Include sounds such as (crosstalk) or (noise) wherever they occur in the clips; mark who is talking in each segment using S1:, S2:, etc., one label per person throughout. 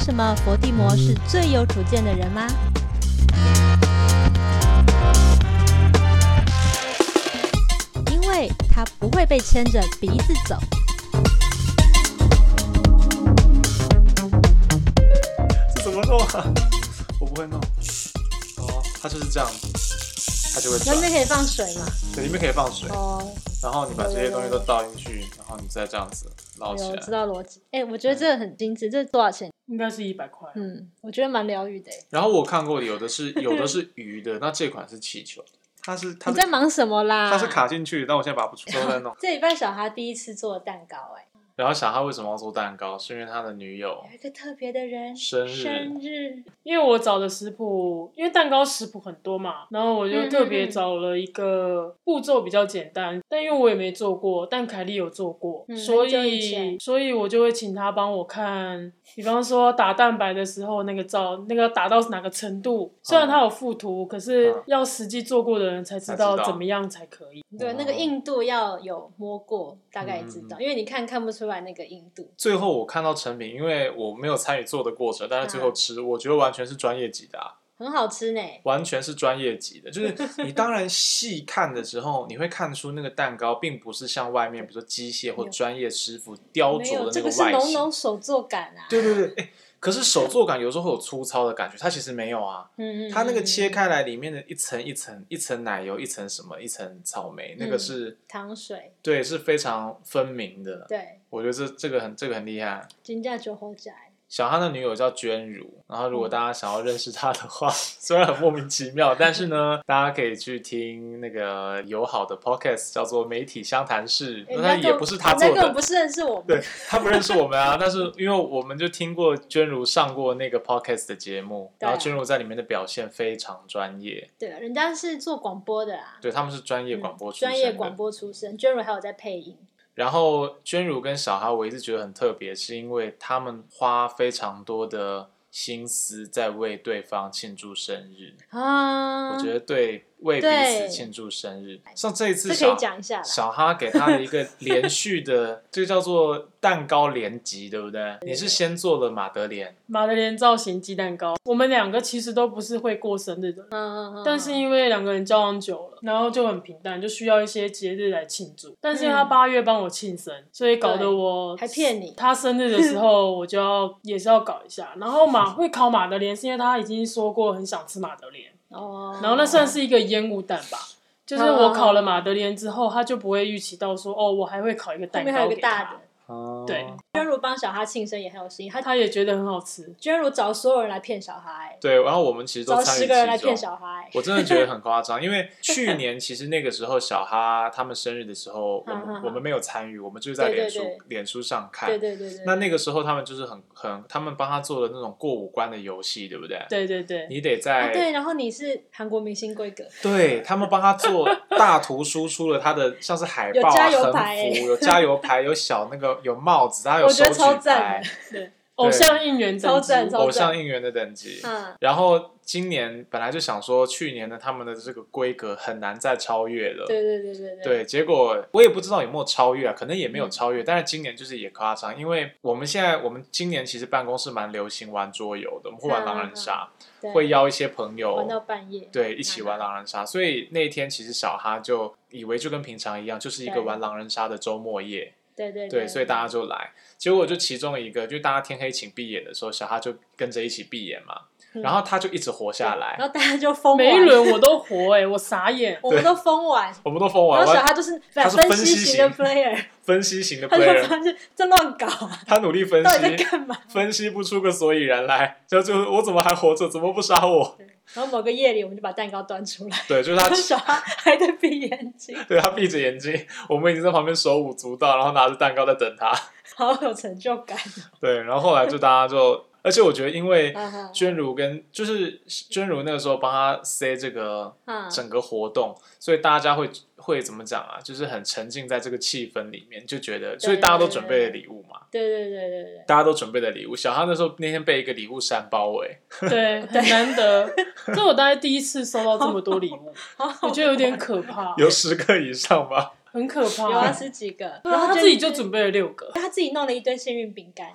S1: 什么伏地魔是最有主见的人吗？因为他不会被牵着鼻子走。
S2: 这怎么弄啊？ (laughs) 我不会弄。哦，它就是这样子，它就会
S1: 那
S2: 转
S1: 里。面可以放水嘛？
S2: 对，里面可以放水，
S1: 哦，
S2: 然后你把这些东西都倒进去，然后你再这样子捞起
S1: 有知
S2: 来。
S1: 道逻辑。哎、我觉得这个很精致，这多少钱？
S3: 应该是一百块。啊
S1: 嗯，我觉得蛮疗愈的欸。
S2: 然后我看过有的是 (laughs) 有的是鱼的，那这款是气球的，它是它
S1: 你
S2: 是
S1: 在忙什么啦？
S2: 它是卡进去，但我现在拔不
S1: (laughs)
S2: 出，都在弄。
S1: 这礼拜小哈第一次做蛋糕、哎，
S2: 然后想他为什么要做蛋糕，是因为他的女友
S1: 有一个特别的人
S2: 生日
S1: 生日，
S3: 因为我找的食谱，因为蛋糕食谱很多嘛，然后我
S1: 嗯
S3: 就特别找了一个步骤比较简单，但因为我也没做过，但凯莉有做过，
S1: 嗯
S3: 所
S1: 很久以前
S3: 以所以我就会请她帮我看，比方说打蛋白的时候那个照那个打到哪个程度，虽然
S1: 嗯
S3: 她有附图，可是
S2: 嗯
S3: 要实际做过的人才知
S2: 才
S3: 道
S2: 知道
S3: 怎么样才可以。
S1: 对，那个硬度要有摸过，大概知道，
S2: 嗯
S1: 因为你看看不出来那个硬度。
S2: 最后我看到成品，因为我没有参与做的过程，但是最后吃，我觉得完全是专业级的、啊，
S1: 很好吃呢。
S2: 完全是专业级的。就是 (laughs) 你当然细看的时候，你会看出那个蛋糕并不是像外面，比如说机械或专业师傅雕
S1: 没
S2: 琢
S1: 有，
S2: 的那
S1: 这个是
S2: 外
S1: 浓
S2: 形。
S1: 浓手作感啊。
S2: 对对对，哎、可是手作感有时候会有粗糙的感觉，它其实没有啊。
S1: 嗯嗯。
S2: 它那个
S1: 嗯
S2: 切开来里面的一层一层一层奶油，一层什么，一层草莓，那个
S1: 嗯
S2: 是、
S1: 糖水，
S2: 对是非常分明的。
S1: 对，
S2: 我觉得这这个很这个很厉害。
S1: 金价酒后宅，
S2: 小哈的女友叫娟如，然后
S1: 嗯
S2: 如果大家想要认识她的话， (laughs) 虽然很莫名其妙，但是
S1: (laughs)
S2: 呢，大家可以去听那个友好的 podcast，叫做《媒体相谈室》，
S1: 人
S2: 那
S1: 家
S2: 她
S1: 根
S2: 也
S1: 本
S2: 不是她
S1: 人
S2: 做
S1: 家根本
S2: 的
S1: 不，是认识我们
S2: 对。她不认识我们啊， (laughs) 但是因为我们就听过娟如上过那个 podcast 的节目，
S1: 对啊
S2: 然后娟如在里面的表现非常专业，
S1: 对，啊人家是做广播的啦，
S2: 对他们是专业广播出身
S1: 嗯专
S2: 的，
S1: 业广播出身。娟如还有在配音，
S2: 然后娟如跟小哈，我一直觉得很特别，是因为他们花非常多的心思在为对方庆祝生日。
S1: 啊，
S2: 我觉得对，为彼
S1: 对哎
S2: 此庆祝生日。像这一次
S1: 这可
S2: 小
S1: 以讲一下啦。
S2: 小哈给他的一个连续的， (laughs) 这个叫做蛋糕连击，对不对？你是先做了马德莲，
S3: 马德莲造型鸡蛋糕，我们两个其实都不是会过生日的人。
S1: 嗯嗯嗯。
S3: 但是因为两个人交往久了，然后就很平淡，就需要一些节日来庆祝。但是因为他
S1: 嗯
S3: 八月帮我庆生，所以搞得我
S1: 还骗你
S3: 他生日的时候，
S1: (laughs)
S3: 我就要也是要搞一下。然后马会烤马德莲，是因为他已经说过很想吃马德莲，
S1: 哦，
S3: 然后那算是一个烟雾弹吧。就是我烤了马德莲之后，他就不会预期到说哦，我还会烤一个
S1: 后
S3: 蛋
S1: 面还
S3: 糕
S1: 有一
S3: 给
S1: 个大
S3: 他
S1: 的。。
S3: 对，
S1: 娟如帮小哈庆生也很有心，他
S3: 他也觉得很好吃。
S1: 娟如找所有人来骗小哈、欸，
S2: 对，然后我们其实都
S1: 找
S2: 参与
S1: 十
S2: 其
S1: 个人来
S2: 中。
S1: 骗小哈、欸，
S2: 我真的觉得很夸张，因为去年其实那个时候小哈他们生日的时候，我
S1: 嗯嗯
S2: 们
S1: 嗯
S2: 我们没有参与，我们就是在
S1: 对对
S2: 脸书
S1: 对
S2: 脸书上看。
S1: 对对对对。
S2: 那那个时候他们就是很很，他们帮他做了那种过五关的游戏，对不对？
S3: 对对对，
S2: 你得
S1: 啊，
S2: 在、
S1: 对，然后你是韩国明星规格，
S2: 对他们帮他
S1: (laughs)
S2: 做大图，输出了他的像是海报、
S1: 有
S2: 啊、
S1: 加油
S2: 横
S1: 牌欸
S2: 幅，有加油牌，有小那个有帽子，他有
S1: 我
S2: 手
S1: 觉得
S2: 举
S1: 超赞
S2: 牌
S1: 的，，
S3: 偶像应援
S1: 超赞
S3: 等级
S1: 超
S2: 偶像应援的等级。
S1: 嗯，
S2: 然后今年本来就想说，去年的他们的这个规格很难再超越了。
S1: 对对对对对，嗯
S2: 对，结果我也不知道有没有超越啊，可能也没有超越，但是今年就是也夸张，因为我们现在我们今年其实办公室蛮流行玩桌游的，我们会玩狼人杀，
S1: 嗯对
S2: 会邀一些朋
S1: 玩到
S2: 友。
S1: 半夜，
S2: 对，一起玩狼人杀，所以那天其实小哈就以为就跟平常一样，就是一个
S1: 对
S2: 玩狼人杀的周末夜，
S1: 对对
S2: 对，所以大家就来。结果就其中一个，就大家天黑请闭眼的时候，小哈就跟着一起闭眼嘛，
S1: 嗯
S2: 然后他就一直活下来，
S1: 然后大家就疯
S3: 每一
S1: 玩，
S3: 轮我都活哎、我
S1: (laughs)
S3: 傻眼。
S1: 我们
S2: 对
S1: 都疯玩，
S2: 我们都疯
S1: 然
S2: 玩
S1: 后小
S2: 玩
S1: 哈就是
S2: 他是分析
S1: 析型的
S2: 型 (laughs)
S1: player，
S2: 分析型
S1: (laughs)
S2: 的
S1: 他就
S2: player，
S1: 发现在乱搞啊，
S2: 他努力分析，
S1: 到底在干嘛？
S2: 分析不出个所以然来， (laughs) 就就我怎么还活着，怎么不杀我？
S1: 然后某个夜里，我们就把蛋糕端出来，
S2: 对，就是
S1: 然 (laughs)
S2: 他
S1: 后，小哈还在闭眼睛，
S2: 对他闭着眼睛， (laughs) 我们已经在旁边手舞足蹈，然后拿着蛋糕在等他。 (laughs)
S1: 好有成就感，
S2: 对，然后后来就大家就，而且我觉得因为
S1: 啊哈哈，
S2: 娟如跟就是娟如那个时候帮他塞这个
S1: 嗯
S2: 整个活动，所以大家会会怎么讲啊？就是很沉浸在这个气氛里面，就觉得，所以大家都准备了礼物嘛。
S1: 对对对对对，
S2: 大家都准备了礼物，小哈那时候那天被一个礼物山包欸围，
S3: (laughs)
S1: (laughs)
S3: 对，很难得，这我大概第一次收到这么多礼
S1: (laughs)
S3: 物，我觉得有点可
S1: 哦
S3: 怕，
S2: 有十个以上吧。
S3: 很可
S1: 有二啊
S3: 怕。
S1: 十几个，
S2: 啊
S3: 然后他
S1: 就
S3: 自己就准备了六个，
S1: 他自己弄了一堆幸运饼干，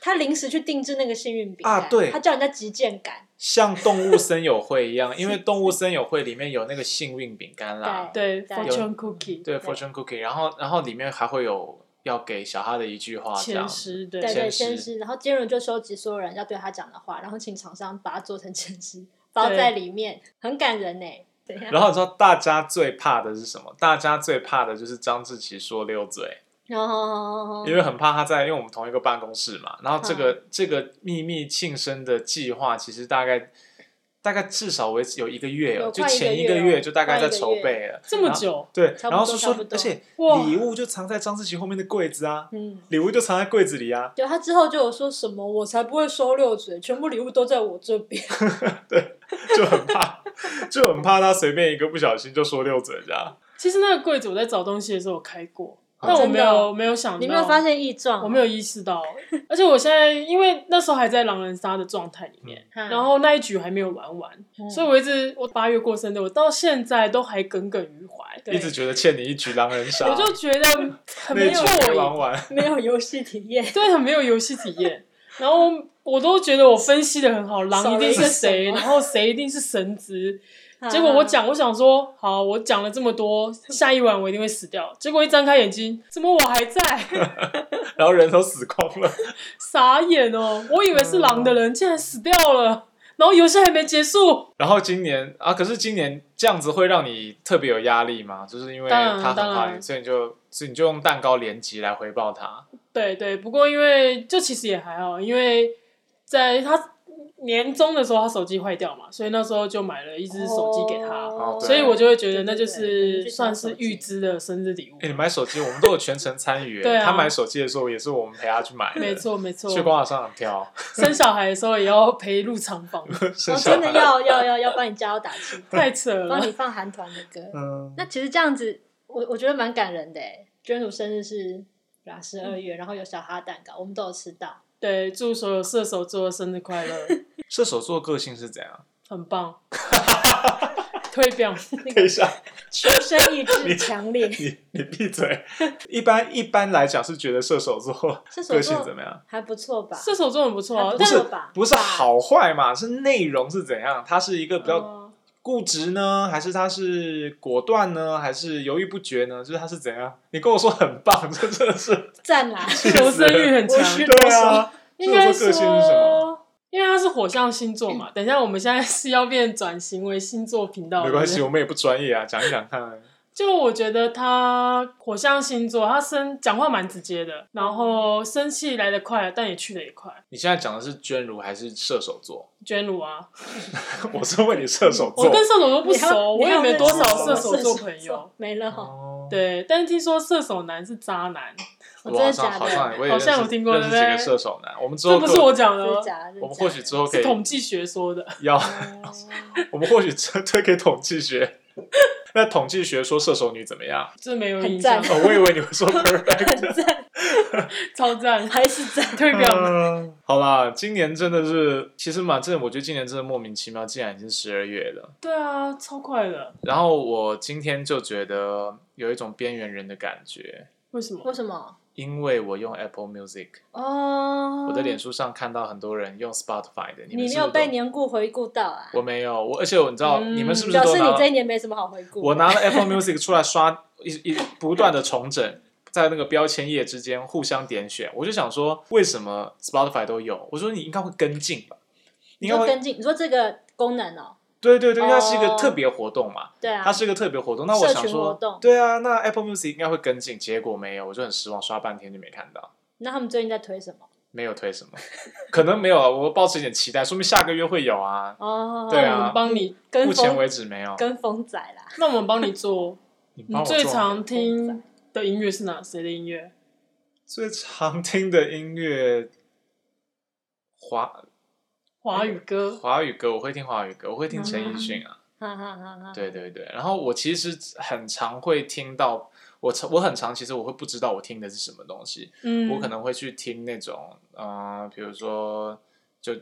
S1: 他临时去定制那个幸运饼
S2: 啊
S1: 干
S2: 对
S1: 他叫人家极简感，
S2: 像动物森友会一样，
S1: (laughs)
S2: 因为动物森友会里面有那个幸运饼干啦，
S3: 对
S1: 对
S3: ，fortune cookie
S2: 对 fortune cookie，然后然后里面还会有要给小哈的一句话这
S3: 前
S2: 样。
S3: 十，对
S1: 对对，
S2: 前十
S1: 签诗，然后金融就收集所有人要对他讲的话，然后请厂商把它做成签诗，包在里面，很感人呢。怎样？
S2: 然后你知道大家最怕的是什么？大家最怕的就是张志奇说溜嘴，
S1: 然后
S2: 因为很怕他在，因为我们同一个办公室嘛。然后这个、
S1: 嗯
S2: 这个秘密庆生的计划，其实大概大概至少为止有一个月哦，
S1: 有
S2: 就
S1: 快一个
S2: 前一个
S1: 月哦
S2: 月就大概
S1: 快
S2: 在
S1: 一个
S2: 筹
S1: 月
S2: 备了。
S3: 这么
S2: 然后
S3: 久，
S2: 对，
S1: 差不多
S2: 然后是
S1: 差
S2: 说
S1: 不，多
S2: 而且
S3: 哇
S2: 礼物就藏在张志奇后面的柜子啊，
S1: 嗯，
S2: 礼物就藏在柜子里啊。 (laughs)
S1: 对他之后就有说什么，我才不会收六折，全部礼物都在我这边。
S2: 就很怕， (laughs) 就很怕他随便一个不小心就说六嘴这样。
S3: 其实那个柜子我在找东西的时候有开过，
S2: 啊
S3: 但我没
S1: 真的哦
S3: 有没有想到，
S1: 你没有发现异状？啊
S3: 我没有意识到，而且我现在因为那时候还在狼人杀的状态里面，
S1: 嗯
S3: 然后那一局还没有玩完，
S1: 嗯
S3: 所以我一直我八月过生日，我到现在都还耿耿于怀，
S2: 一直觉得欠你一局狼人杀，
S3: 我就觉得很
S2: 那
S3: 没
S2: 一
S3: 有
S2: 局没玩
S3: 过瘾，
S2: 完。
S1: 没有游戏体验。
S3: 对，很没有游戏体验。然后我我都觉得我分析的很好，狼一定是
S1: 少了一
S3: 谁，
S1: 个什么
S3: 然后谁一定是神
S1: (laughs)
S3: 职， (laughs) 结果我讲，我想说，好，我讲了这么多，下一晚我一定会死掉。结果一张开眼睛，怎么我还在？ (laughs)
S2: 然后人都死光了， (laughs)
S3: 傻眼哦！我以为
S1: 嗯
S3: 是狼的人，竟然死掉了。然后游戏还没结束，
S2: 然后今年啊，可是今年这样子会让你特别有压力吗？就是因为
S3: 当然
S2: 他很
S3: 当
S2: 怕
S3: 然
S2: 你，所以你就所以你就用蛋糕连击来回报他。
S3: 对对。不过因为就其实也还好，因为在他年终的时候，他手机坏掉嘛，所以那时候就买了一只手机给他，
S2: 哦对
S3: 所以我就会觉
S1: 对对
S3: 得那就
S1: 对对
S3: 是
S1: 对
S3: 算是预支的生日礼物
S2: 哎、。你买手机，我们都有全程参与、
S3: (laughs) 对啊
S2: 他买手机的时候也是我们陪他去买的，
S3: 没，错没错，
S2: 去光华商场挑， (laughs)
S3: 生小孩的时候也要陪入场房，
S2: 生
S1: 我
S2: 小
S1: 哦真的
S2: 孩。
S1: 要要要要帮你加油打气，
S3: (laughs) 太扯了
S1: 帮。你放韩团的歌。
S2: 嗯，
S1: 那其实这样子，我我觉得蛮感人的诶。娟主生日是对啊十二
S2: 嗯
S1: 月，然后有小哈蛋糕，我们都有吃到。
S3: 对，祝所有射手座生日快乐，
S1: (laughs)
S2: 射手座个性是怎样？
S3: 很棒。退
S1: (laughs)
S3: 表，
S2: 等一下，
S1: 求生意志强烈，
S2: (laughs) 你你闭嘴。 (laughs) 一般一般来讲是觉得射手座
S1: 射手
S2: 个性怎
S1: 座
S2: 么样？
S1: 还不错吧？
S3: 射手座很不错啊
S1: 还，
S2: 不
S3: 但
S2: 是
S1: 错吧
S2: 不是好坏嘛，是内容是怎样？他是一个比较
S3: 嗯
S2: 固执呢，还是他是果断呢，还是犹豫不决呢？就是他是怎样？你跟我说很棒， (laughs) 这真的是
S1: 赞
S2: (laughs)
S1: 啦！
S3: 求生欲很强
S1: 我，是
S2: 对啊。射
S3: 应
S2: 手座
S3: 该
S2: 个性是什么？
S3: 说，哦因为他是火象星座嘛。等一下，我们现在是要变转型为星座频道，
S2: 没关系，
S3: 对不对。
S2: 我们也不专业啊，讲一讲看。
S3: 就我觉得他火象星座，他生讲话蛮直接的，然
S1: 嗯
S3: 后生气来得快，但也去得也快。
S2: 你现在讲的是娟如还是射手座？ (laughs)
S3: 娟如啊，
S2: 我是问你射手
S3: 我
S2: 座。哦
S3: 跟射手座不
S1: 你还
S3: 熟，我
S1: 你还
S3: 也没多少
S1: 认识
S3: 射
S1: 什
S3: 手
S1: 么
S3: 座朋友。
S1: 没了哈，
S2: 哦，
S3: 对，但是听说射手男是渣男，
S1: 我
S2: 我好
S1: 真的
S2: 像
S1: 假
S2: 好
S1: 的？
S2: 像我也认
S3: 好
S2: 识
S3: 像有听过
S2: 认识几
S3: 对
S2: 个
S3: 不对
S2: 射手男。我们之后
S3: 这不是
S2: 各
S3: 我讲的
S1: 真的
S3: 哦，
S1: 假的？
S2: 我们或许之后可
S3: 是
S2: 以
S3: 统计学说的。
S2: 要
S1: 哦
S2: (laughs) 我们或许推推给统计学。 (laughs) 那统计学说射手女怎么样？
S3: 这没有
S1: 很
S3: 印象，
S1: 赞
S2: 哦，我以为你会
S1: (laughs)
S2: 说 perfect。
S3: 超赞，
S1: 还是赞。
S3: 退表。
S2: 嗯 (laughs) 好啦，今年真的是，其实嘛，真的，我觉得今年真的莫名其妙，竟然已经十二月了。
S3: 对啊，超快的。
S2: 然后我今天就觉得有一种边缘人的感觉，
S3: 为什么？
S1: 为什么？
S2: 因为我用 Apple Music，、
S1: 哦，
S2: 我的脸书上看到很多人用 Spotify 的，你
S1: 你
S2: 们
S1: 没
S2: 是不
S1: 有
S2: 是
S1: 被
S2: 都
S1: 年顾回顾到啊？
S2: 我没有，我而且我你知道、
S3: 嗯
S2: 你们是不是
S1: 表
S2: 都
S1: 示
S2: 拿
S1: 你
S2: 了
S1: 这一年没什么好回顾。
S2: 我拿了 Apple Music 出来刷一一不断的重整，在那个标签页之间互相点选，我就想说，为什么 Spotify 都有？我说你应该会跟进吧，
S1: 你
S2: 你应该
S1: 说
S2: 会
S1: 跟进，你说这个功能哦，
S2: 对对对，因为它是一个
S1: 哦
S2: 特别活动嘛，
S1: 对啊
S2: 它，是一个特别活动。那我
S1: 社
S2: 想
S1: 群活
S2: 说
S1: 动，
S2: 对啊，那 Apple Music 应该会跟进，结果没有，我就很失望，刷半天就没看到。
S1: 那他们最近在推什么？
S2: 没有推什么，可能没有啊。我抱持一点期待，说明下个月会有啊。
S1: 哦，
S2: 对
S3: 那我
S2: 啊
S3: 们帮你，
S1: 跟
S2: 目前
S1: 风
S2: 为止没有。
S1: 跟风仔啦，
S3: 那我们帮你
S2: (laughs)
S3: 做。
S2: 你
S3: 你
S2: 帮我
S3: 最
S2: 做
S3: 常
S1: 跟风
S3: 听
S1: 仔
S3: 的音乐是哪？谁的音乐？
S2: 最常听的音乐，华
S3: 华语歌。
S2: 华语歌，我会听华语歌，我会听陈奕迅啊，
S1: 哈哈哈
S3: 嗯
S1: 哈。
S2: 对对对。然后我其实很常会听到，我常我很常其实我会不知道我听的是什么东西，
S3: 嗯，
S2: 我可能会去听那种，呃，比如说就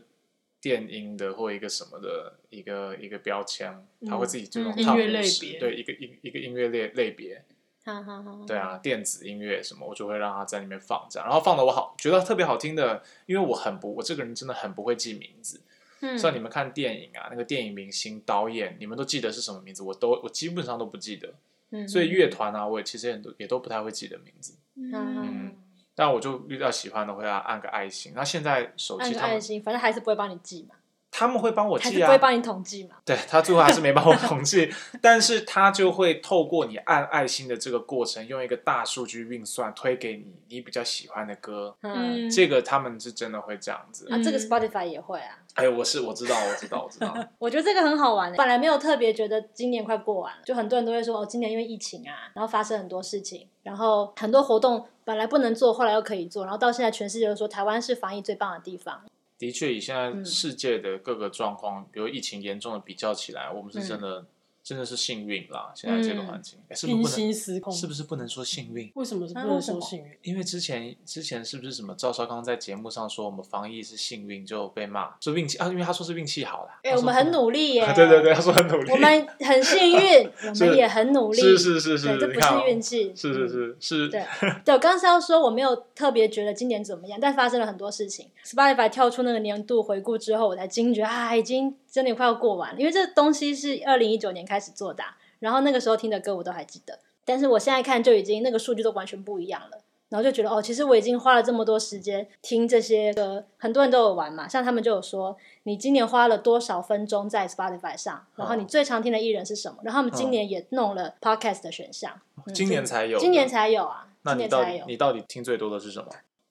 S2: 电音的或一个什么的一个一个标签，它会自己就用
S1: 嗯
S2: 烫
S3: 音乐
S2: 五
S3: 类
S2: 十
S3: 别嗯
S2: 对一个一一个音乐类类别，
S1: 哈哈哈。
S2: 对啊，电子音乐什么，我就会让他在里面放这样，然后放的我好觉得特别好听的，因为我很不，我这个人真的很不会记名字，
S1: 嗯，
S2: 像你们看电影啊，那个电影明星、导演，你们都记得是什么名字，我都我基本上都不记得。
S1: 嗯，
S2: 所以乐团啊，我也其实也都也都不太会记得名字。
S1: 嗯，
S2: 但我就遇到喜欢的会啊按个爱心。那现在手
S1: 按
S2: 机
S1: 个
S2: 他
S1: 爱
S2: 们
S1: 心，反正还是不会帮你记嘛，
S2: 他们会帮我
S1: 还是
S2: 记
S1: 不
S2: 啊
S1: 会，帮你统计嘛。
S2: 对他最后还是没帮我统计， (laughs) 但是他就会透过你按爱心的这个过程，用一个大数据运算推给你你比较喜欢的歌。
S1: 嗯，
S2: 这个他们是真的会这样子。
S1: 啊，这个
S3: 嗯
S1: Spotify 也会啊。
S2: 哎，我是我知道，我知道，我知道。
S1: 我觉得这个很好玩、欸。本来没有特别觉得今年快过完了，就很多人都会说哦，今年因为疫情啊，然后发生很多事情，然后很多活动本来不能做，后来又可以做，然后到现在全世界都说台湾是防疫最棒的地方。
S2: 的确，以现在
S1: 嗯
S2: 世界的各个状况，比如疫情严重的比较起来，我们是
S1: 嗯
S2: 真的、真的是幸运啦。现在这个环境，哎是不是
S3: 平
S2: 不能
S3: 行时空
S2: 是不是不能说幸运？
S3: 为什么是不
S1: 啊为
S3: 能
S1: 什么
S3: 说幸运？
S2: 因为之前之前是不是什么赵少康在节目上说我们防疫是幸运，就被骂说运气啊，因为他说是运气好啦。
S1: 哎、
S2: 他说啊
S1: 我们很努力耶、
S2: (laughs) 对对对，，他说很努力，
S1: 我们很幸运，我
S2: 是
S1: 们也很努力，
S2: 是是是是，
S1: 对，这
S2: 你
S1: 不
S2: 看哦
S1: 是运气，嗯
S2: 是是是是，
S1: 对对，我刚刚是要说我没有特别觉得今年怎么样，但发生了很多事情。Spotify 跳出那个年度回顾之后，我才惊觉啊，已经真的快要过完了。因为这东西是二零一九年开始做的啊、然后那个时候听的歌我都还记得，但是我现在看就已经那个数据都完全不一样了。然后就觉得哦，其实我已经花了这么多时间听这些歌，很多人都有玩嘛，像他们就有说，你今年花了多少分钟在 Spotify 上，然
S2: 哦
S1: 后你最常听的艺人是什么，然后他们今年也弄了 podcast 的选项，嗯
S2: 今年嗯才有，
S1: 今年。才有啊，
S2: 那
S1: 今
S2: 你
S1: 年
S2: 到
S1: 才
S2: 底
S1: 有。
S2: 你到底听最多的是什么？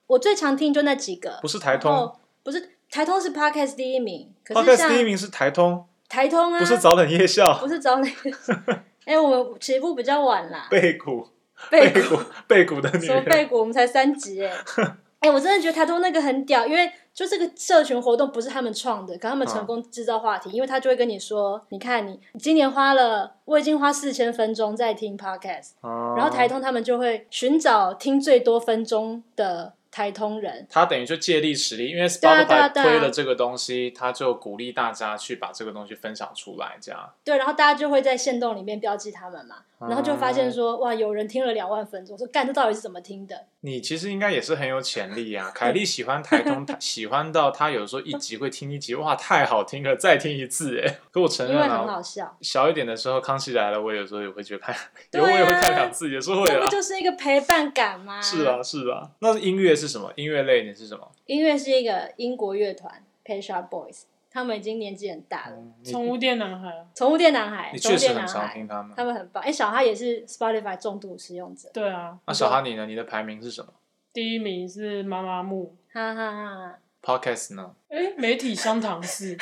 S1: 我最常听就那几个，
S2: 不是台
S1: 然
S2: 通
S1: 后不是台通是 podcast 第一名，可是
S2: ，Podcast
S1: 像
S2: 第一名是台通，
S1: 台通啊，
S2: 不是早冷夜
S1: 不
S2: 校，
S1: 是早那
S2: (laughs)
S1: 个，哎，我们起步比较晚啦，
S2: 背骨
S1: 背
S2: 背骨背骨的女
S1: 什么
S2: 人，
S1: 背骨，我们才三级
S2: (laughs)
S1: 哎，哎，我真的觉得台通那个很屌，因为就这个社群活动不是他们创的，可
S2: 嗯
S1: 他们成功制造话题，因为他就会跟你说，你看你你今年花了，我已经花四千分钟在听 podcast。
S2: 哦
S1: 然后台通他们就会寻找听最多分钟的台通人，
S2: 他等于就借力使力，因为
S1: 对啊对啊
S2: Spotify
S1: 对啊
S2: 推了这个东西，他就鼓励大家去把这个东西分享出来，这样。
S1: 对，然后大家就会在线动里面标记他们嘛，然后就发现
S2: 嗯
S1: 说，哇，有人听了两万分钟，说干这到底是怎么听的？
S2: 你其实应该也是很有潜力啊！凯莉喜欢台
S1: (laughs)
S2: 通，她喜欢到她有时候一集会听一集，哇，太好听了，再听一次哎。可我承
S1: 因为
S2: 认
S1: 很
S2: 啊，
S1: 好笑，
S2: 小一点的时候，《康熙来了》我有时候也会去看，
S1: 对
S2: 有
S1: 啊
S2: 我也会看两次，也是会
S1: 这
S2: 啊
S1: 不。就是一个陪伴感吗？
S2: 是啊，，是啊。那音乐是什么？音乐类你是什么？
S1: 音乐是一个英国乐团 p e s h a Boys，他们已经年纪很大了，
S2: 你
S3: 宠物店男孩啊，
S1: 宠物店男孩，
S2: 你
S1: 宠
S2: 确
S1: 物
S2: 实
S1: 店
S2: 很
S1: 男
S2: 常
S1: 孩
S2: 听，他们
S1: 啊他。们很棒。哎，小哈也是 Spotify 重度使用者，
S3: 对啊，
S2: 那小哈你呢？你的排名是什么
S3: 第一名是妈妈木，
S1: 哈哈哈。
S2: ？Podcast 呢？
S3: 哎，媒体香
S1: (laughs)
S3: 糖是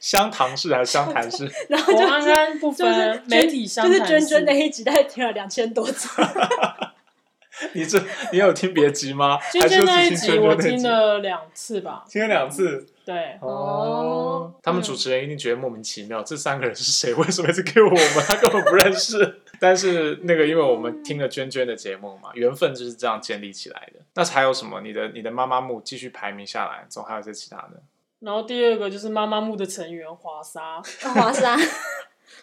S2: 湘塘市还是湘
S3: (laughs)
S2: 潭市？
S1: 然后
S3: 我
S1: (laughs) 就
S3: 安
S1: 是
S3: 安不
S1: 就是
S3: 分
S1: 娟
S3: 媒体香
S1: 就是
S3: 糖
S1: 娟娟那 (laughs)
S3: 是。
S1: 一集，大概听了两千多
S2: (laughs)
S1: 次。
S2: 你这你有听别集
S3: (laughs)
S2: 吗？
S3: 娟
S2: 还是
S3: 娟
S2: 只
S3: 那一
S2: 听
S3: 集
S2: 娟娟
S3: 我
S2: 那一
S3: 听
S2: 集？
S3: 了两次吧，
S2: 听了两次
S3: 对，
S1: 哦
S2: 他们主持人一定觉得莫名其
S3: 嗯
S2: 妙，这三个人是谁？为什么一直 Q 我们？他根本不认
S3: (laughs)
S2: 识。但是那个，因为我们听了娟娟的节目嘛，缘分就是这样建立起来的。那还有什么？你的你的妈妈木继续排名下来，总还有一些其他的。
S3: 然后第二个就是妈妈木的成员华沙，
S1: 华
S2: (laughs)
S1: 沙，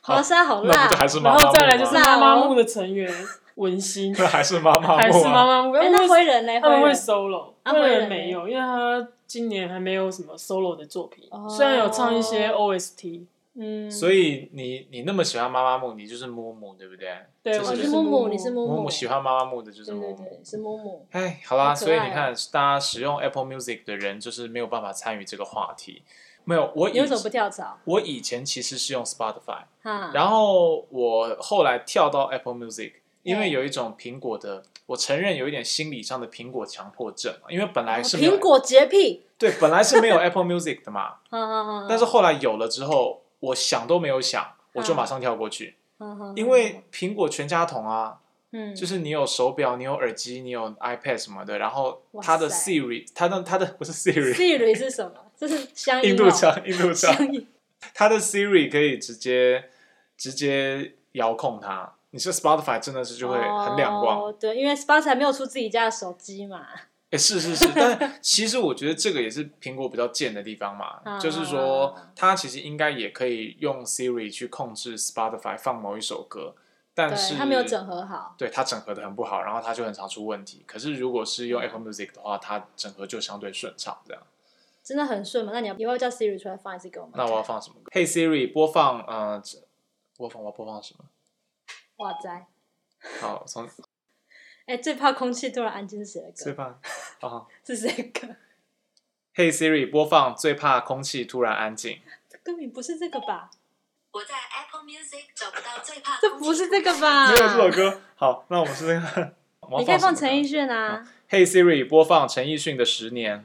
S1: 华沙好
S2: 那
S1: 辣
S2: 不就。还是妈
S3: 然
S2: 妈木吗
S3: 后再来就是
S1: 辣
S3: 妈
S1: 哦
S3: 妈木的成员文心，
S2: (laughs) 那还是妈妈
S3: 还
S2: 木
S3: 是妈
S2: 啊？
S3: 妈木，
S1: 哎，
S3: 因
S1: 那
S3: 为
S1: 灰人嘞？
S3: 他
S1: 灰
S3: 们会
S1: 人
S3: solo，
S1: 啊
S3: 惠
S1: 会
S3: 人
S1: 人
S3: 没
S1: 呢
S3: 有，因为他今年还没有什么 solo 的作品
S1: 哦，
S3: 虽然有唱一些 OST，嗯，
S2: 所以你你那么喜欢妈妈木，你就是木木对不对？
S3: 对
S2: 就是
S1: 哦，
S3: 我
S1: 你
S3: 就是
S1: 木木，你是木
S2: 木
S1: 木，
S2: 木喜欢妈妈木的就是
S1: 对
S2: 木
S1: 哦对
S2: 木。
S1: 对，是木木。
S2: 哎，好
S1: 好
S2: 啦，
S1: 可
S2: 所以你
S1: 爱哦
S2: 看，大家使用 Apple Music 的人就是没有办法参与这个话题。没有，我
S1: 你
S2: 以
S1: 为什么不跳槽？
S2: 我以前其实是用 Spotify，
S1: 哈，
S2: 然后我后来跳到 Apple Music，因为
S1: 对
S2: 有一种苹果的，我承认有一点心理上的苹果强迫症嘛，因为本来
S1: 哦
S2: 是没有
S1: 苹果洁癖。
S2: (laughs) 对，本来是没有 Apple Music 的嘛，
S1: 哈哈哈。
S2: 但是后来有了之后，我想都没有想，我
S1: 嗯
S2: 就马上跳过去，
S1: 哈哈哈
S2: 因为苹果全家桶啊，
S1: 嗯，
S2: 就是你有手表，你有耳机，你有 iPad 什么的，然后
S1: 哇
S2: 它的
S1: 塞
S2: Siri，它的它的不是 Siri，
S1: Siri 是什么？这是乡音
S2: (laughs) 印
S1: 哦
S2: 度腔，印度
S1: (laughs)
S2: 腔，
S1: 乡音。
S2: 它的 Siri 可以直接直接遥控它。你是 Spotify 真的是 (laughs) 就会很亮光，哎、
S1: 哦。对，因为 Spotify 没有出自己家的手机嘛。
S2: 是是是，但其实我觉得这个也是苹果比较贱的地方嘛，
S1: (laughs) 啊
S2: 就是说它其实应该也可以用 Siri 去控制 Spotify 放某一首歌，但是
S1: 对，它没有整合好。
S2: 对它整合的很不好，然后它就很常出问题。可是如果是用 Apple Music 的话，它整合就相对顺畅。这样，
S1: 真的很顺嘛？那你要要不要叫 Siri 出来放一次给我们？
S2: 那我要放什么歌？Hey Siri，播放呃，这播放我要播放什么？
S1: 哇塞！
S2: 好，从
S1: 哎，最怕空气突然安静是谁的
S2: (laughs) 最
S1: 歌？
S2: 怕啊
S1: 是谁的歌？ (laughs)
S2: ，Hey Siri，播放最怕空气突然安静。
S1: 这根本不是这个吧？
S4: 我在 Apple Music 找不到最怕
S1: (laughs) 这不是这个吧？
S2: 没有这首歌。好，那我们是这个， (laughs) 我要
S1: 你可以
S2: 什么
S1: 放陈
S2: 歌
S1: 奕迅啊。
S2: Hey Siri，播放陈奕迅的《十年》。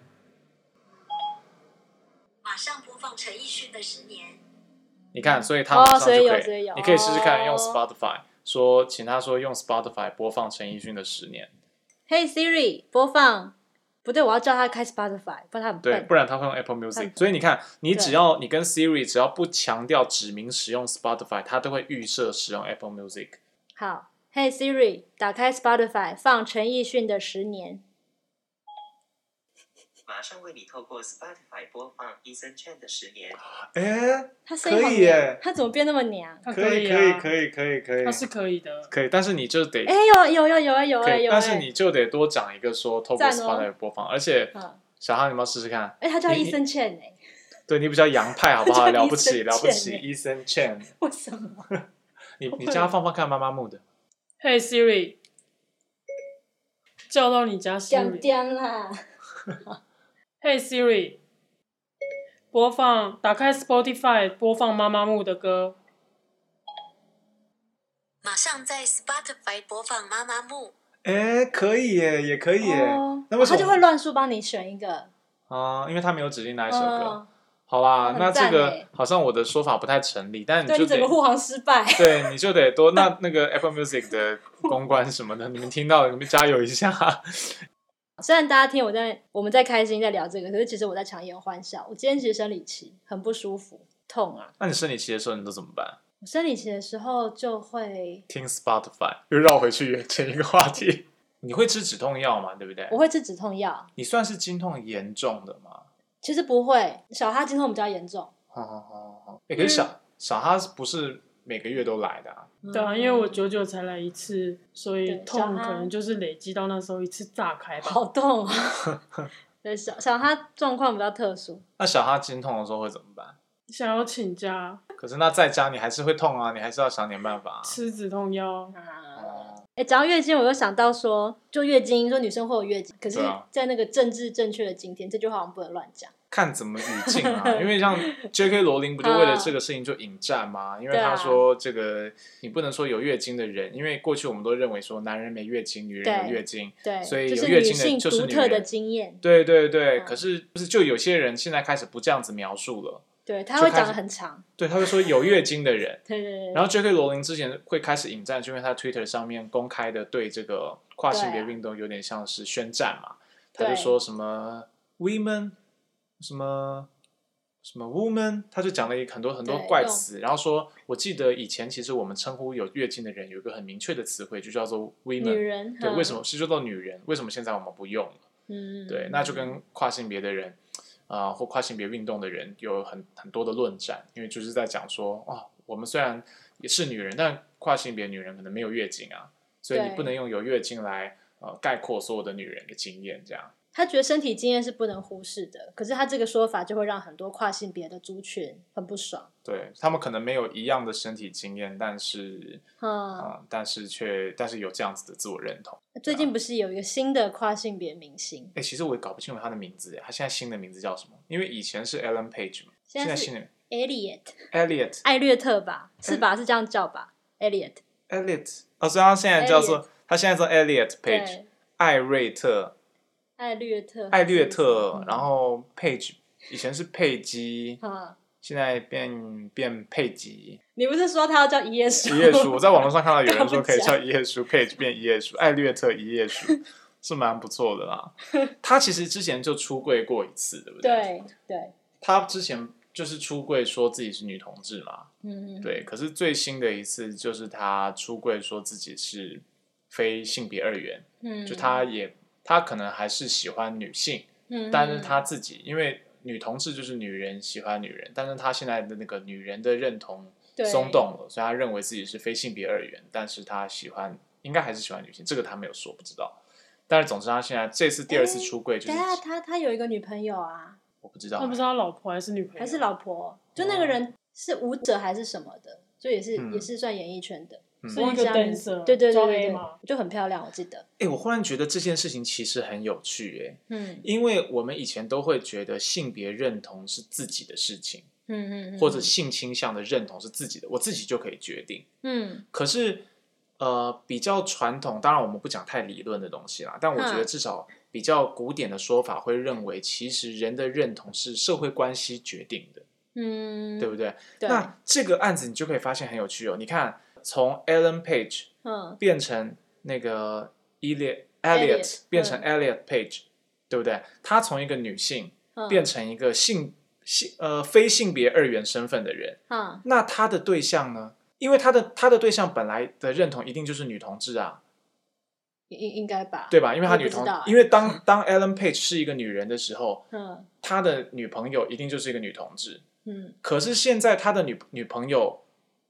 S4: 马上播放陈奕迅的《十年》。
S2: 你看，所以他
S1: 哦
S2: 马上就
S1: 所
S2: 可
S1: 以
S2: 以，
S1: 有所以有
S2: 你可以试试看用
S1: 哦
S2: Spotify 说，请他说用 Spotify 播放陈奕迅的《十年
S1: Hey Siri，播放。不对，我要叫他开 Spotify，不然他很》，
S2: 对，
S1: 笨。
S2: 不然他会用 Apple Music。
S1: 笨
S2: 所以你看，你只
S1: 对
S2: 要你跟 Siri 只要不强调指明使用 Spotify，它都会预设使用 Apple Music。
S1: 好，Hey Siri，打开 Spotify，放陈奕迅的《十年》。
S5: 马上为你透过 Spotify 播放 Eason Chan 的《十年》。
S2: 哎，
S1: 他声音好
S2: 可以耶
S1: 娘，他怎么变那么娘？
S3: 它以
S2: 可以，
S3: 啊，
S2: 可以，可以，可以，
S3: 它是可以的。
S2: 可以，但是你就得
S1: 哎，有啊有啊有啊有
S2: 可
S1: 啊
S2: 以，
S1: 有啊！
S2: 但是你就得多讲一个说透过
S1: 赞哦
S2: Spotify 播放，而且
S1: 嗯，
S2: 小哈，你们要试试看。
S1: 哎，他叫
S2: 你
S1: Eason Chen 哎，
S2: 对你比较洋派，好不
S1: (laughs)
S2: 好？
S1: 叫
S2: 了不起，
S1: Eason
S2: 了不
S1: Chen
S2: 起
S1: 欸
S2: ，Eason Chan，
S1: (laughs) 为什么？
S2: 你你家放放看妈妈木的。
S3: Hey Siri，叫到你家 Siri。
S1: 点啦！
S3: Hey Siri，播放，打开 Spotify，播放妈妈木的歌。
S4: 马上在 Spotify 播放《妈妈木》。
S2: 哎，可以耶，也可以耶。
S1: 哦
S2: 那为什
S1: 他
S2: 么
S1: 就会乱数帮你选一个。
S2: 啊、因为他没有指定哪一首歌。
S1: 嗯，
S2: 好啦，
S1: 很
S2: 那这
S1: 赞
S2: 个
S1: 欸
S2: 好像我的说法不太成立，但你
S1: 对
S2: 就
S1: 你
S2: 得
S1: 整个护航失败。
S2: (laughs)
S1: (laughs)
S2: 对你就得多那那个 Apple Music 的公关什么的，你们听到了，你们加油一下。 (laughs)
S1: 虽然大家听我在我们在开心在聊这个，可是其实我在强颜欢笑。我今天其实生理期很不舒服，痛啊！
S2: 那你生理期的时候，你都怎么办？
S1: 我生理期的时候就会，
S2: 听 Spotify，又绕回去前一个话题。你会吃止痛药吗？对不对？
S1: 我会吃止痛药。
S2: 你算是经痛严重的吗？
S1: 其实不会，小哈经痛比较严重。
S2: 好好好好。哎、可是小、
S1: 嗯
S2: 小哈不是每个月都来的啊？
S3: 对啊，因
S1: 嗯
S3: 为我久久才来一次，所以
S1: 对
S3: 痛
S1: 小哈
S3: 可能就是累积到那时候一次炸开吧。
S1: 啊好痛
S3: (laughs)
S1: 啊！对，小小哈状况比较特殊，
S2: 那小哈经痛的时候会怎么办？
S3: 想要请假
S2: 可是那在家你还是会痛啊，你还是要想点办法、啊。
S3: 吃止痛药，
S2: 哦
S1: 哎、讲到月经，我又想到说，就月经，说女生会有月经，可是
S2: 对啊，
S1: 在那个政治正确的今天，这句话我们不能乱讲。
S2: 看怎么语境啊，因为像 J.K. 罗琳不就为了这个事情就引战吗？因为他说这个你不能说有月经的人，因为过去我们都认为说男人没月经，女人
S1: 对
S2: 有月经，
S1: 对，
S2: 所以
S1: 就
S2: 有
S1: 是
S2: 月
S1: 女
S2: 经的
S1: 性
S2: 就是
S1: 独
S2: 女
S1: 特的
S2: 人
S1: 经验，
S2: 对对对。
S1: 嗯
S2: 可是就是就有些人现在开始不这样子描述了，
S1: 对，她
S2: 就
S1: 会
S2: 开
S1: 讲
S2: 始
S1: 的很长，
S2: 对，他会说有月经的人，
S1: 对对对。
S2: 然后 J.K. 罗琳之前会开始引战，是因为他 Twitter 上面公开的对这个跨性别运动有点像是宣战嘛，他
S1: 对
S2: 就说什么 women 什么。什么 woman，他就讲了一很多很多
S1: 对
S2: 怪
S1: 用
S2: 词，然后说，我记得以前其实我们称呼有月经的人有一个很明确的词汇，就叫做 women。
S1: 女人
S2: 对，
S1: 嗯
S2: 为什么是叫做女人？为什么现在我们不用了？
S1: 嗯，
S2: 对，那就跟跨性别的人啊、呃或跨性别运动的人有很很多的论战，因为就是在讲说，哇，我们虽然也是女人，但跨性别女人可能没有月经啊，所以你
S1: 对
S2: 不能用有月经来呃概括所有的女人的经验，这样
S1: 她觉得身体经验是不能忽视的，可是她这个说法就会让很多跨性别的族群很不爽。
S2: 对他们可能没有一样的身体经验，但是
S1: 嗯，
S2: 啊、呃但是却但是有这样子的自我认同。
S1: 最近不是有一个新的跨性别明星，
S2: 哎，其实我也搞不清楚他的名字，他现在新的名字叫什么？因为以前是 Ellen Page 嘛，现
S1: 现在是
S2: 新的嗯
S1: Elliot
S2: Elliot
S1: 艾略特吧，是吧？是这样叫吧？Elliot
S2: Elliot，哦，所以他现在叫做
S1: Elliot
S2: 他现在叫 Elliot Page，
S1: 对，
S2: 艾瑞特、
S1: 艾略特，
S2: 艾略特
S1: 嗯，
S2: 然后 Page，以前是佩姬，
S1: 嗯，
S2: 现在变变佩吉。
S1: 你不是说他要叫一页书？
S2: 一页书，我在网络上看到有人说可以
S1: 搞不
S2: 叫一页书，Page 变一页书，艾略特一页书是蛮不错的
S1: (laughs)
S2: 啦。他其实之前就出柜过一次，对不对？
S1: (laughs) 对对，
S2: 他之前就是出柜说自己是女同志嘛，
S1: 嗯，
S2: 对。可是最新的一次就是他出柜说自己是非性别二元。
S1: 嗯，
S2: 就他也他可能还是喜欢女性，
S1: 嗯，嗯，
S2: 但是他自己因为女同志就是女人喜欢女人，但是他现在的那个女人的认同
S1: 对
S2: 松动了，所以他认为自己是非性别二元，但是他喜欢，应该还是喜欢女性，这个他没有说，不知道。但是总之，他现在这次第二次出柜就是
S1: 哎等一下啊他他有一个女朋友啊，
S2: 我不知道
S3: 那不，是他老婆还是女朋友？
S1: 还是老婆？就那个人是舞者还是什么的，就也是、
S2: 哦嗯
S1: 也是算演艺圈的，
S2: 嗯
S3: 是
S1: 我忘记
S3: 一个
S1: 他名字
S3: dancer，
S1: 对对对
S3: 叫
S1: 对对
S3: Emma，
S1: 就很漂亮，我记得。
S2: 哎、我忽然觉得这件事情其实很有趣、耶，
S1: 嗯
S2: 因为我们以前都会觉得性别认同是自己的事情，
S1: 嗯嗯，
S2: 或者性倾向的认同是自己的，我自己就可以决定。
S1: 嗯
S2: 可是，呃，比较传统，当然我们不讲太理论的东西啦，但我觉得
S1: 嗯
S2: 至少比较古典的说法会认为，其实人的认同是社会关系决定的，
S1: 嗯，
S2: 对不对？
S1: 对，
S2: 那这个案子你就可以发现很有趣哦。你看，从 Ellen Page
S1: 嗯
S2: 变成那个 Elliot
S1: Elliot，
S2: Elliot 变成 Elliot Page，、对不对？她从一个女性
S1: 嗯
S2: 变成一个性性呃非性别二元身份的人，
S1: 啊
S2: 那他的对象呢？因为他的他的对象本来的认同一定就是女同志啊，
S1: 应应该吧？
S2: 对吧？因为他
S1: 我
S2: 女
S1: 不知
S2: 同，
S1: 道欸
S2: 因为当 (laughs) 当 Ellen Page 是一个女人的时候，
S1: 嗯
S2: 他的女朋友一定就是一个女同志。
S1: 嗯
S2: 可是现在他的女女朋友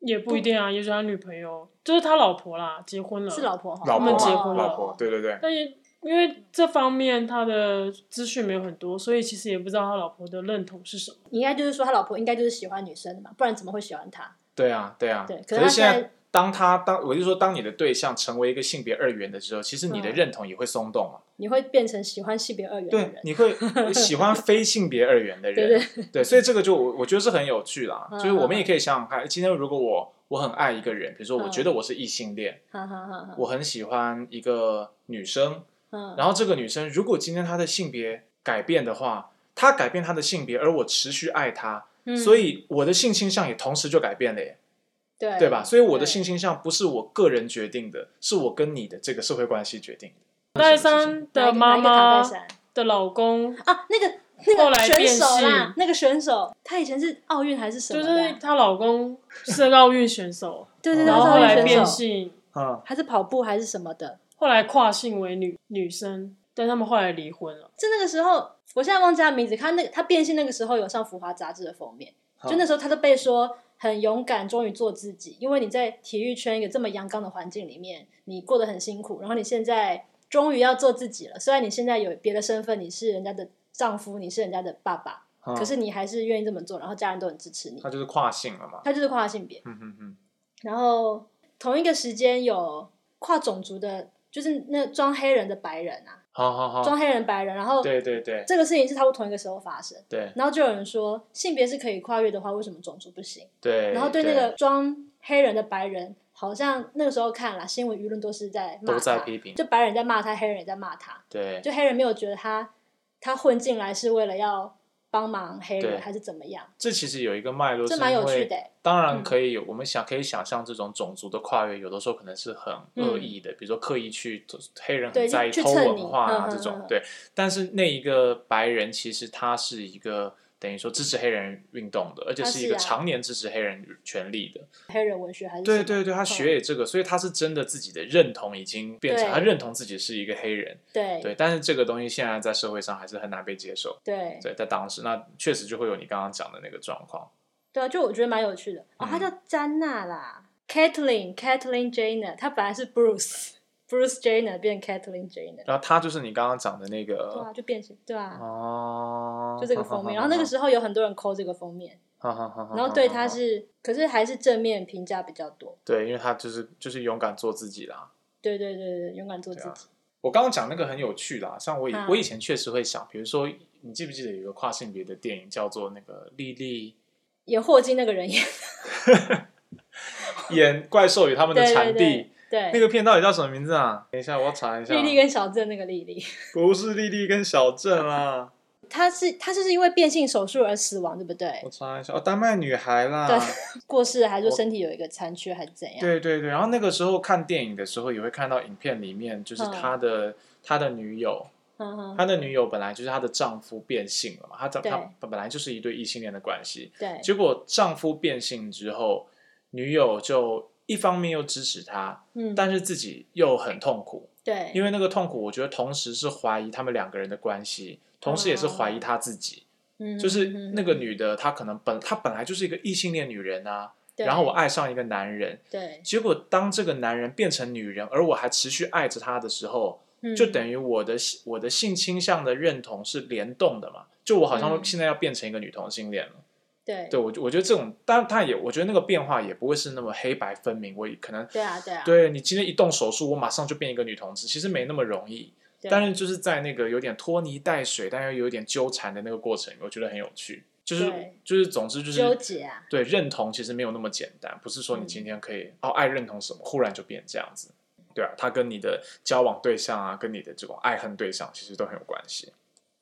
S3: 也不一定啊，也许他女朋友就是他老婆啦，结婚了，
S1: 是老婆齁，
S2: 嗯老
S3: 他
S2: 婆
S3: 们
S2: 嘛，
S3: 结婚了
S2: 老婆，对对对，
S3: 但也因为这方面他的资讯没有很多，所以其实也不知道他老婆的认同是什么。
S1: 你应该就是说他老婆应该就是喜欢女生的嘛，不然怎么会喜欢他？
S2: 对啊，对啊。
S1: 对可
S2: 可
S1: 是他
S2: 现
S1: 现
S2: 在
S1: 在
S2: 当他当我就说，当你的对象成为一个性别二元的时候，其实你的
S1: 嗯
S2: 认同也会松动嘛。
S1: 你会变成喜欢性别二元的
S2: 对
S1: 人，。
S2: 你会
S1: (laughs)
S2: 喜欢非性别二元的人，
S1: 对
S2: 所以这个就我我觉得是很有趣啦。
S1: 嗯
S2: 就是我们也可以想想看，今天如果我我很爱一个人，比如说我
S1: 嗯
S2: 觉得我是异性恋，
S1: 哈哈哈哈。
S2: 我很喜欢一个女生，
S1: 嗯，
S2: 然后这个女生如果今天她的性别改变的话，她改变她的性别，而我持续爱她，
S1: 嗯
S2: 所以我的性倾向也同时就改变了耶，
S1: 对
S2: 对吧？所以我的
S1: 对
S2: 性倾向不是我个人决定的，是我跟你的这个社会关系决定的。
S3: 戴珊
S1: 哪
S3: 的
S1: 一个
S3: 妈
S1: 哪一个卡
S3: 妈
S1: 戴珊
S3: 的老公
S1: 啊，那个
S3: 后
S1: 那个
S3: 来
S1: 选
S3: 变
S1: 手啦
S3: 性，
S1: 那个选手他以前是奥运还是什
S3: 就
S1: 么的
S3: 是
S1: 啊？
S3: 她老公是个奥运
S1: (laughs)
S3: 选手，
S1: 对对对，
S3: 然
S1: 他
S3: 后
S1: 是
S3: 哦后
S1: 奥
S3: 来
S1: 运选
S3: 变
S1: 手，
S3: 性，
S2: 嗯，
S1: 还是跑步还是什么的？
S3: 后来跨性为女女生，但他们后来离婚了。
S1: 就那个时候，我现在忘记他名字。他那个他变性那个时候有上《浮华》杂志的封面，
S2: 好
S1: 就那时候他都被说很勇敢，终于做自己。因为你在体育圈一个这么阳刚的环境里面，你过得很辛苦，然后你现在终于要做自己了。虽然你现在有别的身份，你是人家的丈夫，你是人家的爸爸，
S2: 嗯
S1: 可是你还是愿意这么做，然后家人都很支持你
S2: 她。就是跨性了嘛。
S1: 他就是跨性别，
S2: 嗯嗯嗯，
S1: 然后同一个时间有跨种族的，就是那装黑人的白人啊，
S2: 好好好，
S1: 装黑人白人，然后
S2: 哦对对对
S1: 这个事情是差不多同一个时候发生。
S2: 对
S1: 然后就有人说，性别是可以跨越的话，为什么种族不行？
S2: 对。
S1: 然后对那个装黑人的白人，好像那个时候看啦，新闻舆论都是在骂
S2: 都
S1: 他，
S2: 在批评
S1: 就白人在骂他，黑人也在骂他，
S2: 对
S1: 就黑人没有觉得他他混进来是为了要帮忙黑
S2: 对
S1: 人还是怎么样，
S2: 这其实有一嗯个脉络，
S1: 这
S2: 是
S1: 蛮有
S2: 因为
S1: 趣的欸
S2: 当然可以有，我们想可以想象这种种族的跨越，有的时候可能是很恶意的，比如说刻意去黑人
S1: 对
S2: 很在意
S1: 去
S2: 偷
S1: 蹭
S2: 文
S1: 你
S2: 化啊
S1: 嗯
S2: 这
S1: 嗯
S2: 种
S1: 嗯，
S2: 对。但是那一个白人其实他是一个等于说支持黑人运动的，而且
S1: 他
S2: 是一
S1: 是
S2: 个
S1: 啊
S2: 常年支持黑人权利的。
S1: 黑人文学还是什
S2: 对
S1: 么
S2: 对对，他学也这个，所以他是真的自己的认同已经变成
S1: 对
S2: 他认同自己是一个黑人，
S1: 对
S2: 对。但是这个东西现在在社会上还是很难被接受。
S1: 对
S2: 对，在当时，那确实就会有你刚刚讲的那个状况。
S1: 对啊，就我觉得蛮有趣的哦，她
S2: 嗯
S1: 叫詹娜啦，Kathleen Kathleen Jenner，她本来是 Bruce (laughs) Bruce Jenner 变 Kathleen Jenner，
S2: 然后他就是你刚刚讲的那
S1: 对啊，
S2: 个
S1: 就变成对啊，
S2: 哦，
S1: 就这个封面。然后那个时候有很多人抠这个封面，
S2: 候，然
S1: 然后对他是，可是还是正面评价比较多。
S2: 对，因为他就是就是勇敢做自己啦。
S1: 对对对对，勇敢做自
S2: 对啊
S1: 己。
S2: 我刚刚讲那个很有趣啦，像我以
S1: 嗯
S2: 我以前确实会想，比如说你记不记得有一个跨性别的电影叫做那个
S1: (laughs)
S2: 莉莉
S1: 演霍金那个人演
S2: 演怪兽与他们的
S1: 对对
S2: 产
S1: 对
S2: 地，
S1: (laughs) 对，
S2: 那个片到底叫什么名字啊？等一下我要查一下。
S1: 丽丽跟小镇那个丽丽，
S2: 不是莉莉跟小镇啦，
S1: 她是她就是因为变性手术而死亡，对不对
S2: 我？查一下哦，丹麦女孩啦。
S1: 对，过世还是说身体有一个残缺还是怎样？
S2: 对对对，然后那个时候看电影的时候，也会看到影片里面，就是
S1: 嗯
S2: 他的、他的女友，
S1: 嗯，嗯
S2: 他的女友本来就是她的丈夫变性了嘛，她丈
S1: 对
S2: 她本来就是一对异性恋的关系，
S1: 对
S2: 结果丈夫变性之后，女友就一方面又支持他，
S1: 嗯
S2: 但是自己又很痛苦，
S1: 对，
S2: 因
S1: 为
S2: 为那个痛苦，我觉得同时是怀疑他们两个人的关系，同时也是
S1: 嗯
S2: 怀疑她自己，就是那个女的，她可能本她本来就是一个异性恋女人啊，
S1: 对
S2: 然后我爱上一个男人，
S1: 对，
S2: 结果当这个男人变成女人，而我还持续爱着他的时候，
S1: 嗯
S2: 就等于我的性我的性倾向的认同是联动的嘛？就我好像
S1: 嗯
S2: 现在要变成一个女同性恋了。
S1: 对
S2: 对我，我觉得这种，当然他也，我觉得那个变化也不会是那么黑白分明。我可能
S1: 对啊对啊，
S2: 对你今天一动手术，我马上就变一个女同志，其实没那么容易。
S1: 对
S2: 但是就是在那个有点拖泥带水，但又有点纠缠的那个过程，我觉得很有趣。就是
S1: 对
S2: 就是，总之就是
S1: 纠结啊，
S2: 对认同其实没有那么简单，不是说你
S1: 嗯
S2: 今天可以、哦爱认同什么，忽然就变这样子。对啊，它跟你的交往对象啊，跟你的这种爱恨对象，其实都很有关系。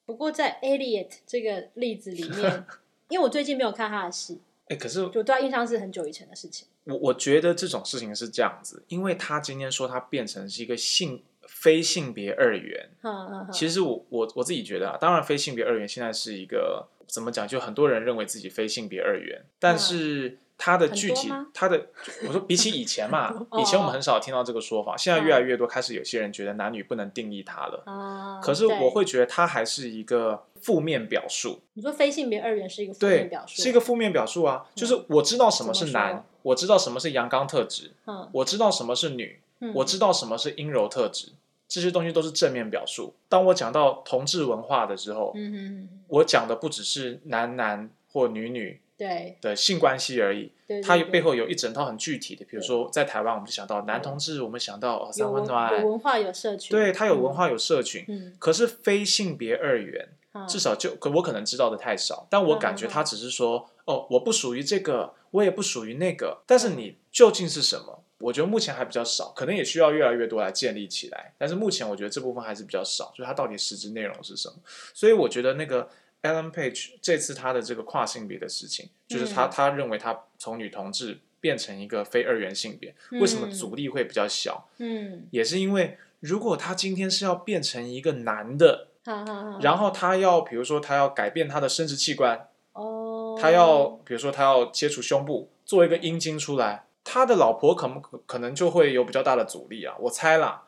S1: 不过在 Elliot 这个例子里
S2: (laughs)
S1: 面，因为我最近没有看他的戏，
S2: 哎，可是
S1: 我对他印象是很久以前的事情。
S2: 我我觉得这种事情是这样子，因为他今天说他变成是一个性非性别二元，
S1: 嗯嗯嗯，
S2: 其实我我我自己觉得啊，当然非性别二元现在是一个怎么讲，就很多人认为自己非性别二元，但是它的
S1: 嗯
S2: 具
S1: 很
S2: 体
S1: 多吗，
S2: 它的，我说比起以前嘛
S1: 哦嗯
S2: 以前我们很少听到这个说法，现在越来越多开始有些人觉得男女不能定义它了。
S1: 啊，
S2: 可是
S1: 对
S2: 我会觉得它还是一个负面表述，
S1: 你说非性别二元是一个负面
S2: 对
S1: 表，述，嗯
S2: 是一个负面表述啊。就是我知道什么是
S1: 怎么说
S2: 男，我知道什么是阳刚特质，
S1: 嗯，
S2: 我知道什么是女，
S1: 嗯
S2: 我知道什么是阴柔特质，这些东西都是正面表述。当我讲到同志文化的时候，
S1: 嗯嗯嗯，
S2: 我讲的不只是男男或女女
S1: 对
S2: 的性关系而已，
S1: 对，
S2: 它
S1: 对对
S2: 背后有一整套很具体的，比如说在台湾，我们就想到男同志，我们想到哦
S1: 有
S2: 三温
S1: 文有
S2: 暖，
S1: 文化有社群，
S2: 对，它有文化有社群。
S1: 嗯，
S2: 可是非性别二元，
S1: 嗯，
S2: 至少就可我可能知道的太少，但我感觉他只是说，哦，我不属于这个，我也不属于那个，但是
S1: 嗯
S2: 你究竟是什么？我觉得目前还比较少，可能也需要越来越多来建立起来。但是目前我觉得这部分还是比较少，就是它到底实质内容是什么。所以我觉得那个 Alan Page 这次他的这个跨性别的事情，就是他、
S1: 嗯
S2: 他认为他从女同志变成一个非二元性别，为什么
S1: 嗯
S2: 阻力会比较小？
S1: 嗯，
S2: 也是因为如果他今天是要变成一个男的，
S1: 好好好，
S2: 然后他要，比如说他要改变他的生殖器官，
S1: 哦，
S2: 他要，比如说他要切除胸部，做一个阴茎出来，他的老婆可不可可能就会有比较大的阻力啊，我猜啦，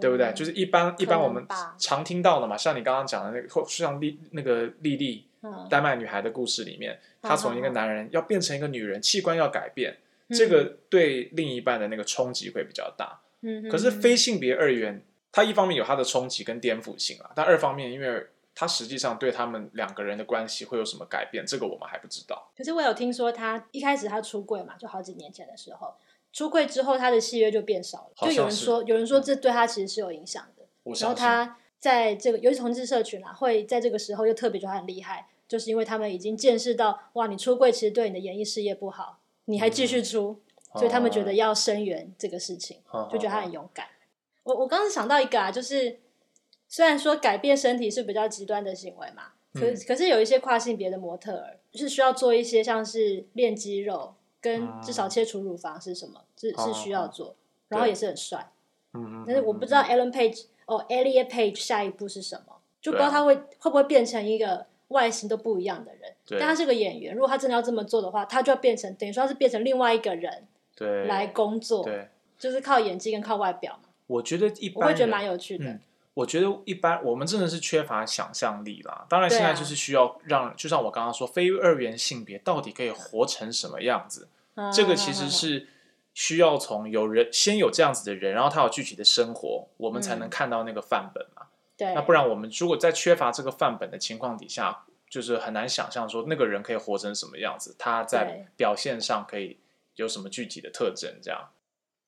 S2: 对不对？就是一般一般我们
S1: 哦吧
S2: 常听到的嘛，像你刚刚讲的那个，或像丽那个丽丽
S1: 嗯
S2: 丹麦女孩的故事里面，她从一
S1: 嗯
S2: 个
S1: 嗯嗯嗯
S2: 男人要变成一个女人，器官要改变，这个对另一半的那个冲击会比较大。
S1: 嗯，嗯
S2: 可是
S1: 嗯
S2: 非性别二元，它一方面有它的冲击跟颠覆性啊，但二方面因为它实际上对他们两个人的关系会有什么改变，这个我们还不知道。
S1: 可是我有听说他一开始他出柜嘛，就好几年前的时候，出柜之后他的契约就变少了，
S2: 好
S1: 就有
S2: 像
S1: 人
S2: 是嗯
S1: 说有人说这对他其实是有影响的。
S2: 我
S1: 然后
S2: 相信，
S1: 他在这个，尤其同志社群啊，会在这个时候又特别觉得他很厉害，就是因为他们已经见识到，哇，你出柜其实对你的演艺事业不好，你还继续出，所以他们觉得要声援这个事情。
S2: 嗯哦
S1: 就觉得他很勇敢。我我刚刚想到一个啊，就是虽然说改变身体是比较极端的行为嘛，可、
S2: 嗯
S1: 可是有一些跨性别的模特儿是需要做一些像是练肌肉跟
S2: 啊
S1: 至少切除乳房是什么，是是需
S2: 哦
S1: 要做，然后也是很帅。
S2: 嗯，嗯
S1: 但是我不知道 Alan Page 哦 Elliot Page 下一步是什么，就不知道
S2: 对啊
S1: 他会、会不会变成一个外形都不一样的人。
S2: 对
S1: 但他是个演员，如果他真的要这么做的话，他就要变成等于说他是变成另外一个人
S2: 对
S1: 来工作，
S2: 对，
S1: 就是靠演技跟靠外表嘛。
S2: 我觉得一般
S1: 我会觉得
S2: 人
S1: 蛮有趣的。
S2: 嗯我觉得一般我们真的是缺乏想象力啦。当然，
S1: 对啊
S2: 现在就是需要让，就像我刚刚说，非二元性别到底可以活成什么样子，
S1: 啊
S2: 这个其实是需要从有人先有这样子的人，然后他有具体的生活，我们才能
S1: 嗯
S2: 看到那个范本嘛。
S1: 对，
S2: 那不然我们如果在缺乏这个范本的情况底下，就是很难想象说那个人可以活成什么样子，他在
S1: 对
S2: 表现上可以有什么具体的特征，这样。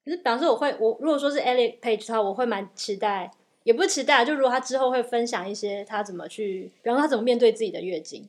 S1: 可是，比方说，我会我如果说是 Elliot Page 的话，我会蛮期待，也不是期待，就如果他之后会分享一些他怎么去，比方说他怎么面对自己的月经，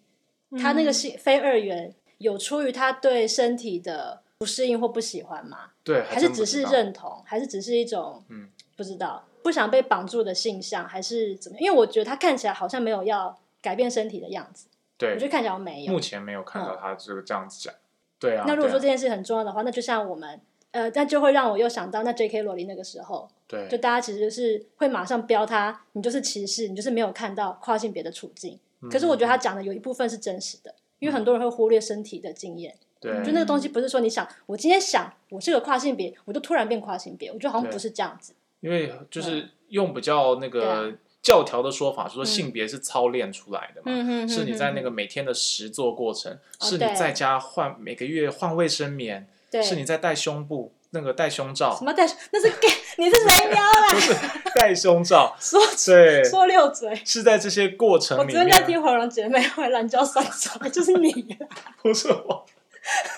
S1: 他那个性非二元有出于他对身体的不适应或不喜欢吗？
S2: 对，
S1: 还是
S2: 真不
S1: 只
S2: 知
S1: 是
S2: 道
S1: 认同，还是只是一种
S2: 嗯
S1: 不知道不想被绑住的性向，还是怎么样？因为我觉得他看起来好像没有要改变身体的样子，我觉得
S2: 对，
S1: 看起来好像没有
S2: 目。前没有看到他这个这样子讲。对啊，
S1: 那如果
S2: 对啊
S1: 说这件事很重要的话，那就像我们呃，那就会让我又想到那 J.K. 罗琳那个时候，就
S2: 对，
S1: 大家其实就是会马上标他，你就是歧视，你就是没有看到跨性别的处境。可是我觉
S2: 嗯
S1: 得他讲的有一部分是真实的，因为很多人会忽略身体的经验，
S2: 对
S1: 就那个东西不是说你想我今天想我是个跨性别，我就突然变跨性别，我觉得好像
S2: 对
S1: 不是这样子。
S2: 因为就是用比较那
S1: 嗯对
S2: 个
S1: 啊
S2: 教条的说法，说
S1: 嗯
S2: 性别是操练出来的嘛，
S1: 嗯哼
S2: 是你在那
S1: 个
S2: 个每天的实做过程，
S1: 哦
S2: 是你
S1: 对
S2: 在家换每个月换卫生棉，
S1: 对，
S2: 是你在戴胸部那个戴胸罩
S1: 什，么带？那是 gay，你 (laughs) 是谁喵啦？
S2: 不是 (laughs) 戴胸罩，
S1: 说
S2: 对，
S1: 说六嘴。
S2: 是在这些过程
S1: 我
S2: 里
S1: 昨
S2: 面
S1: 天，在听黄蓉姐妹会懒觉三首， (laughs) 就是你啦。
S2: 不是我。 (laughs)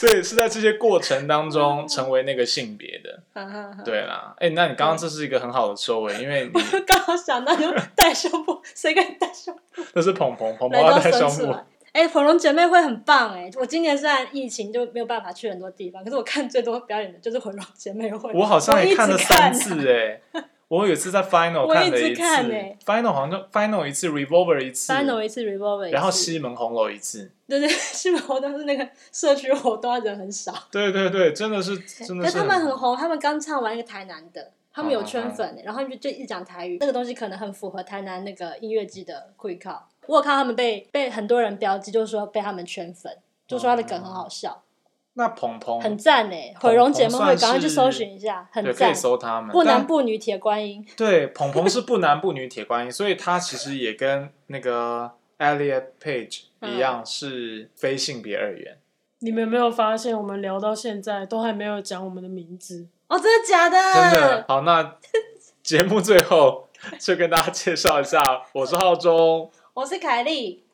S2: 对，是在这些过程当中成为那个性别的，
S1: 哈哈哈
S2: 对啦。哎、那你刚刚这是一个很好的收尾，因为你
S1: (laughs) 我刚好想到就带胸部，谁跟你带胸部？
S2: 那是鹏鹏，鹏鹏
S1: 懒
S2: 要
S1: 觉
S2: 戴
S1: 生
S2: 胸
S1: 出
S2: 部
S1: 来。。哎、火龙姐妹会很棒哎、我今年虽然疫情就没有办法去很多地方，可是我看最多表演的就是火龙姐妹会。
S2: 我好像
S1: 我一
S2: 也
S1: 直
S2: 看
S1: 看
S2: 了三次哎、我有一次在 final
S1: 我一
S2: 看了
S1: 直
S2: 一次、
S1: 看欸
S2: f i n a l 好像就 final 一次，revolver 一次
S1: (laughs) final 一次 revolver，一次
S2: 然后西门红楼一次。
S1: 对对， (laughs) 西门活动是那个社区活动，人很少。
S2: 对对对，真的是真的
S1: 可是
S2: 是。嗯
S1: 他们很红，他们刚唱完一个台南的，他们有圈粉、欸然后他们就就一直讲台语，那个东西可能很符合台南那个音乐季的 quick call。我有看他们被被很多人标记，就是说被他们圈粉，就说他的梗很好笑，
S2: 那鹏鹏
S1: 很赞哎！毁容姐妹会，赶快去搜寻一下，很
S2: 对，可
S1: 赞
S2: 以。搜他们。
S1: 不
S2: 但
S1: 男不女铁观音，
S2: 对，鹏鹏是不男不女铁观音，所以他其实也跟那个 Elliot Page 一样是非性别二元。
S3: 你们有没有发现，我们聊到现在都还没有讲我们的名字？
S1: 哦，真的假的？
S2: 真的好，那节目最后就跟大家介绍一下，我是浩中，
S1: 我是凯莉，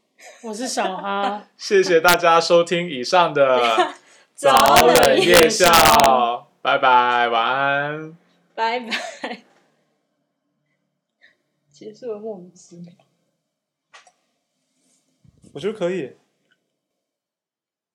S3: 我是小哈，
S2: 谢谢大家收听以上 (laughs) 的早
S1: 冷
S2: 冷夜
S1: 宵，
S2: 宵，拜拜，晚安。
S1: 拜拜。 (laughs) 结束了莫名其妙。
S2: 我觉得可以。